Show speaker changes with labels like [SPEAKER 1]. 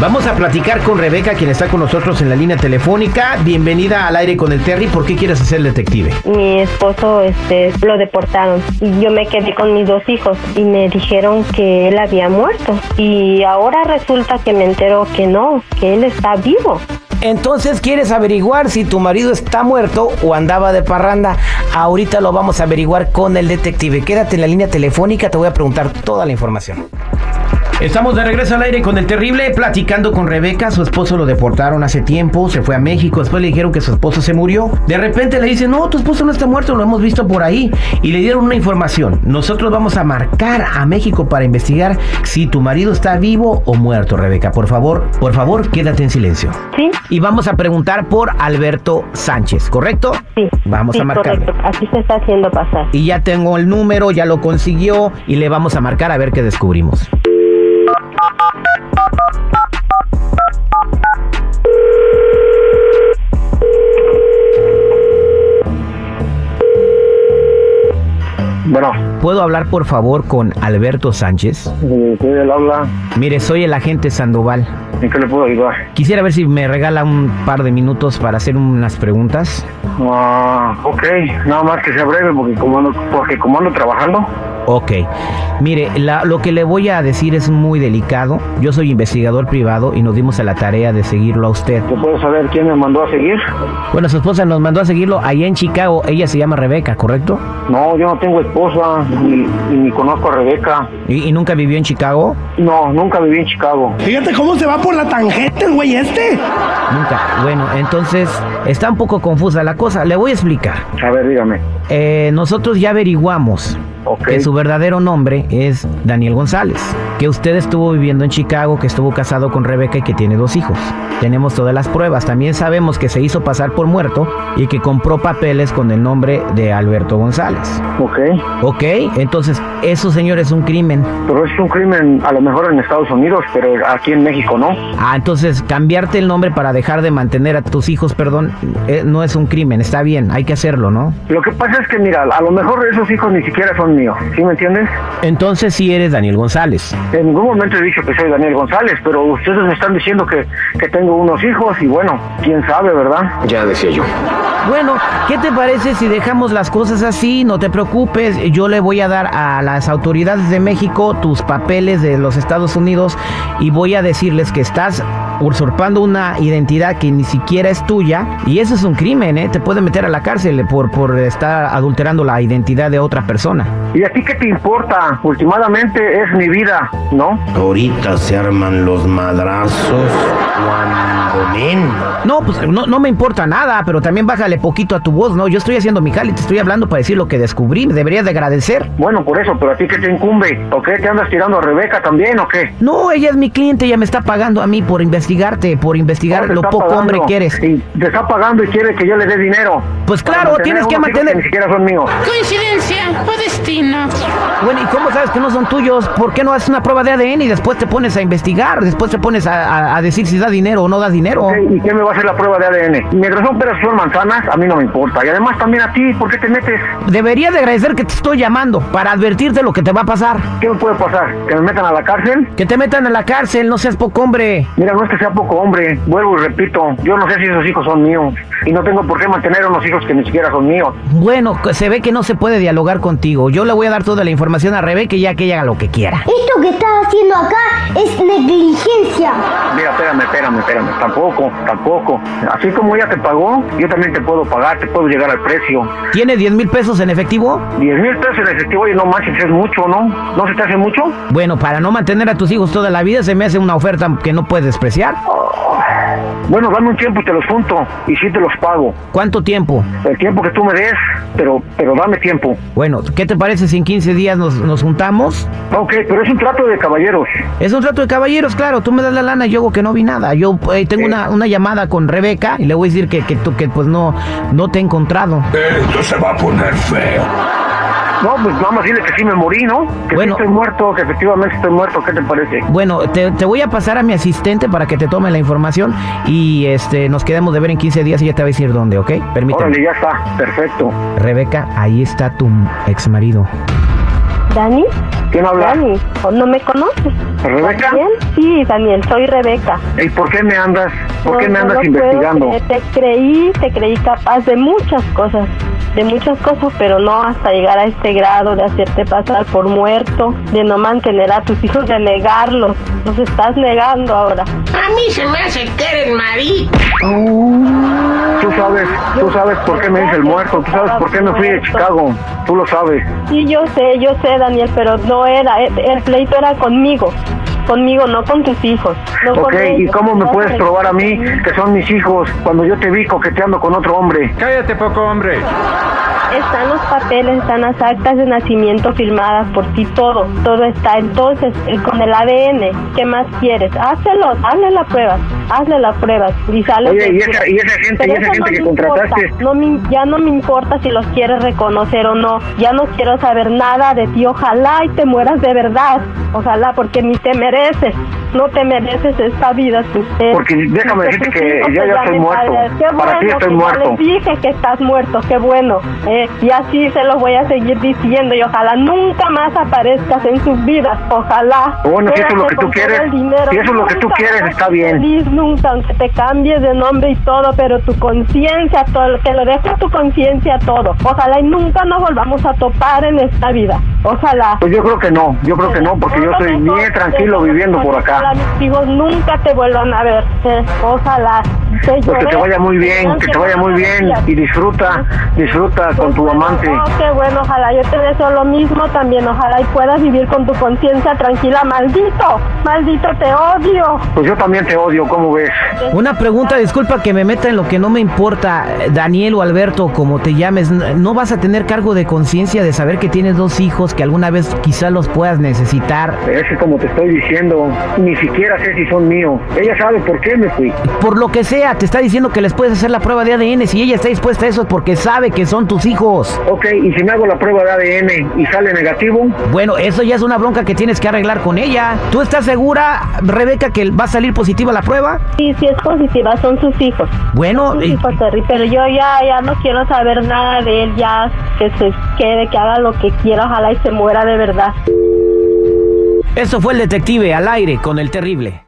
[SPEAKER 1] Vamos a platicar con Rebeca, quien está con nosotros en la línea telefónica. Bienvenida al aire con el Terry. ¿Por qué quieres ser detective?
[SPEAKER 2] Mi esposo este, lo deportaron y yo me quedé con mis dos hijos y me dijeron que él había muerto. Y ahora resulta que me entero que no, que él está vivo.
[SPEAKER 1] Entonces quieres averiguar si tu marido está muerto o andaba de parranda. Ahorita lo vamos a averiguar con el detective. Quédate en la línea telefónica, te voy a preguntar toda la información. Estamos de regreso al aire con el terrible, platicando con Rebeca. Su esposo lo deportaron hace tiempo, se fue a México. Después le dijeron que su esposo se murió. De repente le dicen: No, tu esposo no está muerto, lo hemos visto por ahí. Y le dieron una información. Nosotros vamos a marcar a México para investigar si tu marido está vivo o muerto, Rebeca. Por favor, por favor, quédate en silencio.
[SPEAKER 2] Sí,
[SPEAKER 1] Y vamos a preguntar por Alberto Sánchez, ¿correcto?
[SPEAKER 2] sí.
[SPEAKER 1] Vamos
[SPEAKER 2] Sí,
[SPEAKER 1] a marcarle.
[SPEAKER 2] correcto. Así se está haciendo pasar.
[SPEAKER 1] Y ya tengo el número, ya lo consiguió y le vamos a marcar a ver qué descubrimos.
[SPEAKER 3] Bueno,
[SPEAKER 1] ¿Puedo hablar por favor con Alberto Sánchez?
[SPEAKER 3] eh, soy del aula.
[SPEAKER 1] Mire, soy el agente Sandoval.
[SPEAKER 3] ¿En qué le puedo ayudar?
[SPEAKER 1] Quisiera ver si me regala un par de minutos para hacer unas preguntas.
[SPEAKER 3] Ah, ok, nada más que sea breve porque como ando, porque como ando trabajando.
[SPEAKER 1] Ok. Mire, la- lo que le voy a decir es muy delicado. Yo soy investigador privado y nos dimos a la tarea de seguirlo a usted.
[SPEAKER 3] ¿Te puedo saber quién me mandó a seguir?
[SPEAKER 1] Bueno, su esposa nos mandó a seguirlo allá en Chicago. Ella se llama Rebeca, ¿correcto?
[SPEAKER 3] No, yo no tengo esposa ni, ni conozco a Rebeca.
[SPEAKER 1] ¿Y, y nunca vivió en Chicago?
[SPEAKER 3] No, nunca viví en Chicago.
[SPEAKER 4] Fíjate cómo se va por la tangente el güey este.
[SPEAKER 1] Nunca. Bueno, entonces está un poco confusa la cosa. Le voy a explicar.
[SPEAKER 3] A ver, dígame.
[SPEAKER 1] Eh, nosotros ya averiguamos
[SPEAKER 3] Ok.
[SPEAKER 1] que su verdadero nombre es Daniel González, que usted estuvo viviendo en Chicago, que estuvo casado con Rebeca y que tiene dos hijos. Tenemos todas las pruebas. También sabemos que se hizo pasar por muerto y que compró papeles con el nombre de Alberto González.
[SPEAKER 3] Ok.
[SPEAKER 1] ¿Ok? Entonces, eso, señor, es un crimen.
[SPEAKER 3] Pero es un crimen a lo mejor en Estados Unidos, pero aquí en México no.
[SPEAKER 1] Ah, entonces, cambiarte el nombre para dejar de mantener a tus hijos, perdón, eh, no es un crimen. Está bien, hay que hacerlo, ¿no?
[SPEAKER 3] Lo que pasa es que, mira, a lo mejor esos hijos ni siquiera son míos. ¿Sí me entiendes?
[SPEAKER 1] Entonces, sí eres Daniel González.
[SPEAKER 3] En ningún momento he dicho que soy Daniel González, pero ustedes me están diciendo que, que tengo unos hijos y bueno, quién sabe, ¿verdad?
[SPEAKER 5] Ya decía yo.
[SPEAKER 1] Bueno, ¿qué te parece si dejamos las cosas así? No te preocupes, yo le voy a dar a las autoridades de México tus papeles de los Estados Unidos y voy a decirles que estás usurpando una identidad que ni siquiera es tuya y eso es un crimen, ¿eh? Te pueden meter a la cárcel por, por estar adulterando la identidad de otra persona.
[SPEAKER 3] ¿Y a ti qué te importa? Últimamente es mi vida, ¿no?
[SPEAKER 5] Ahorita se arman los madrazos cuando menos.
[SPEAKER 1] No, pues no, no me importa nada, pero también bájale poquito a tu voz, ¿no? Yo estoy haciendo mi jale, te estoy hablando para decir lo que descubrí, me deberías de agradecer.
[SPEAKER 3] Bueno, por eso, pero a ti qué te incumbe, ¿o qué? ¿Te andas tirando a Rebeca también o qué?
[SPEAKER 1] No, ella es mi cliente, ella me está pagando a mí por investigarte, por investigar
[SPEAKER 3] ¿Cómo te
[SPEAKER 1] lo
[SPEAKER 3] está
[SPEAKER 1] poco
[SPEAKER 3] pagando?
[SPEAKER 1] hombre que eres.
[SPEAKER 3] Y te está pagando y quiere que yo le dé dinero.
[SPEAKER 1] Pues
[SPEAKER 3] Para
[SPEAKER 1] claro, tienes
[SPEAKER 3] mantener
[SPEAKER 1] que
[SPEAKER 3] unos hijos
[SPEAKER 1] mantener-
[SPEAKER 3] Ni siquiera son míos.
[SPEAKER 6] Coincidencia o destino.
[SPEAKER 1] Bueno, ¿y cómo sabes que no son tuyos? ¿Por qué no haces una prueba de ADN y después te pones a investigar? Después te pones a, a- a decir si da dinero o no da dinero.
[SPEAKER 3] Ok, ¿Y qué me va a hacer la prueba de ADN? Mientras son peras o son manzanas, a mí no me importa. Y además también a ti, ¿por qué te metes?
[SPEAKER 1] Deberías de agradecer que te estoy llamando para advertirte lo que te va a pasar.
[SPEAKER 3] ¿Qué me puede pasar? ¿Que me metan a la cárcel?
[SPEAKER 1] Que te metan a la cárcel, no seas poco hombre.
[SPEAKER 3] Mira, no es que sea poco hombre, vuelvo y repito, yo no sé si esos hijos son míos y no tengo por qué mantener a unos hijos que ni siquiera son míos.
[SPEAKER 1] Bueno, que se ve que no se puede dialogar contigo. Yo le voy a dar toda la información a Rebeca y ya que ella haga lo que quiera.
[SPEAKER 7] Esto que estás haciendo acá es negligencia.
[SPEAKER 3] Mira, espérame, espérame, espérame, tampoco, tampoco. Así como ella te pagó, yo también te puedo pagar, te puedo llegar al precio.
[SPEAKER 1] ¿Tiene 10 mil pesos en efectivo?
[SPEAKER 3] 10 mil pesos en efectivo, oye, no manches, es mucho, ¿no? ¿No se te hace mucho?
[SPEAKER 1] Bueno, para no mantener a tus hijos toda la vida, se me hace una oferta que no puedes despreciar.
[SPEAKER 3] Bueno, dame un tiempo y te los junto y sí te los pago.
[SPEAKER 1] ¿Cuánto tiempo?
[SPEAKER 3] El tiempo que tú me des, pero, pero dame tiempo.
[SPEAKER 1] Bueno, ¿qué te parece si en 15 días nos, nos juntamos?
[SPEAKER 3] Ok, pero es un trato de caballeros.
[SPEAKER 1] Es un trato de caballeros, claro. Tú me das la lana y yo hago que no vi nada. Yo eh, tengo una, una llamada con Rebeca y le voy a decir que, que tú que pues no, no te he encontrado.
[SPEAKER 8] Esto se va a poner feo.
[SPEAKER 3] No, pues nada más dile que sí me morí, ¿no? Que
[SPEAKER 1] Bueno.
[SPEAKER 3] sí estoy muerto, que efectivamente estoy muerto, ¿qué te parece?
[SPEAKER 1] Bueno, te, te voy a pasar a mi asistente para que te tome la información y este nos quedamos de ver en 15 días y ya te va a decir dónde, ¿ok? Permítame.
[SPEAKER 3] Órale, ya está, perfecto.
[SPEAKER 1] Rebeca, ahí está tu ex marido.
[SPEAKER 2] ¿Dani?
[SPEAKER 3] ¿Quién habla?
[SPEAKER 2] Dani, ¿o ¿no me conoces?
[SPEAKER 3] ¿Rebeca?
[SPEAKER 2] ¿Bien? Sí, Daniel, soy Rebeca.
[SPEAKER 3] ¿Y por qué me andas? ¿Por
[SPEAKER 2] No,
[SPEAKER 3] qué me
[SPEAKER 2] no
[SPEAKER 3] andas
[SPEAKER 2] lo puedo
[SPEAKER 3] investigando?
[SPEAKER 2] creer, Te creí, te creí capaz de muchas cosas, de muchas cosas, pero no hasta llegar a este grado de hacerte pasar por muerto, de no mantener a tus hijos, de negarlos. Los estás negando ahora.
[SPEAKER 6] A mí se me hace que eres marica.
[SPEAKER 3] Tú sabes, tú sabes por qué me dice el muerto, tú sabes por qué me fui de Chicago, tú lo sabes.
[SPEAKER 2] Sí, yo sé, yo sé, Daniel, pero no era, el, el pleito era conmigo, conmigo, no con tus hijos. no
[SPEAKER 3] Ok,
[SPEAKER 2] con
[SPEAKER 3] ¿y
[SPEAKER 2] ellos.
[SPEAKER 3] cómo me
[SPEAKER 2] No
[SPEAKER 3] puedes
[SPEAKER 2] con-
[SPEAKER 3] probar a mí que son mis hijos cuando yo te vi coqueteando con otro hombre?
[SPEAKER 9] Cállate, poco hombre.
[SPEAKER 2] Están los papeles, están las actas de nacimiento firmadas por ti, todo, todo está. Entonces, eh, con el ADN, ¿qué más quieres? Hácelo, hazle la prueba, hazle la prueba y sale.
[SPEAKER 3] Oye, y
[SPEAKER 2] segura.
[SPEAKER 3] esa- y esa gente-
[SPEAKER 2] Pero
[SPEAKER 3] y esa
[SPEAKER 2] eso
[SPEAKER 3] gente
[SPEAKER 2] no
[SPEAKER 3] que
[SPEAKER 2] me importa,
[SPEAKER 3] contrataste.
[SPEAKER 2] no me- ya no me importa si los quieres reconocer o no, ya no quiero saber nada de ti, ojalá y te mueras de verdad, ojalá, porque ni te mereces, no te mereces esta vida tú. Eh,
[SPEAKER 3] Porque déjame
[SPEAKER 2] que
[SPEAKER 3] decirte
[SPEAKER 2] tus
[SPEAKER 3] que
[SPEAKER 2] hijos te
[SPEAKER 3] yo ya
[SPEAKER 2] llamen
[SPEAKER 3] estoy muerto.
[SPEAKER 2] padres. Qué
[SPEAKER 3] Para ti
[SPEAKER 2] bueno
[SPEAKER 3] estoy
[SPEAKER 2] que ya
[SPEAKER 3] muerto.
[SPEAKER 2] les dije que estás muerto, qué bueno. eh, y así se lo voy a seguir diciendo y ojalá nunca más aparezcas en sus vidas, ojalá.
[SPEAKER 3] Bueno, si eso es lo
[SPEAKER 2] Quédate
[SPEAKER 3] que
[SPEAKER 2] con
[SPEAKER 3] tú
[SPEAKER 2] todo
[SPEAKER 3] quieres,
[SPEAKER 2] el dinero.
[SPEAKER 3] si eso es lo que tú
[SPEAKER 2] Nunca
[SPEAKER 3] quieres,
[SPEAKER 2] más
[SPEAKER 3] está bien.
[SPEAKER 2] feliz, nunca, aunque te cambies de nombre y todo, pero tu conciencia, todo, te lo dejo a tu conciencia todo. Ojalá y nunca nos volvamos a topar en esta vida, ojalá.
[SPEAKER 3] Pues yo creo que no, yo creo que no, porque yo
[SPEAKER 2] Lo
[SPEAKER 3] estoy
[SPEAKER 2] mejor
[SPEAKER 3] bien
[SPEAKER 2] que
[SPEAKER 3] tranquilo
[SPEAKER 2] tengo
[SPEAKER 3] viviendo
[SPEAKER 2] es
[SPEAKER 3] por acá.
[SPEAKER 2] ojalá mis hijos nunca te vuelvan a ver. eh, Ojalá. Te
[SPEAKER 3] Pues que te
[SPEAKER 2] lloré,
[SPEAKER 3] vaya muy bien,
[SPEAKER 2] lloré,
[SPEAKER 3] que te vaya muy bien y disfruta, disfruta con tu
[SPEAKER 2] Pues,
[SPEAKER 3] amante.
[SPEAKER 2] oh, qué bueno, ojalá yo te deseo lo mismo también. Ojalá y puedas vivir con tu conciencia tranquila. Maldito, maldito, te odio.
[SPEAKER 3] Pues yo también te odio, ¿cómo ves?
[SPEAKER 1] Una pregunta, disculpa que me meta en lo que no me importa, Daniel o Alberto, como te llames, n- ¿no vas a tener cargo de conciencia de saber que tienes dos hijos que alguna vez quizá los puedas necesitar?
[SPEAKER 3] Es que como te estoy diciendo, ni siquiera sé si son míos. Ella sabe por qué me fui.
[SPEAKER 1] Por lo que sea, te está diciendo que les puedes hacer la prueba de ADN, si ella está dispuesta a eso es porque sabe que son tus hijos.
[SPEAKER 3] Ok, y si me hago la prueba de ADN y sale negativo,
[SPEAKER 1] Bueno, eso ya es una bronca que tienes que arreglar con ella. ¿Tú estás segura, Rebeca, que va a salir positiva la prueba?
[SPEAKER 2] Sí, sí es positiva, son sus hijos.
[SPEAKER 1] Bueno,
[SPEAKER 2] Sus
[SPEAKER 1] eh,
[SPEAKER 2] hijos, Terry, pero yo ya, ya no quiero saber nada de él, ya que se quede, que haga lo que quiera, ojalá y se muera de verdad.
[SPEAKER 1] eso fue el detective al aire con el terrible.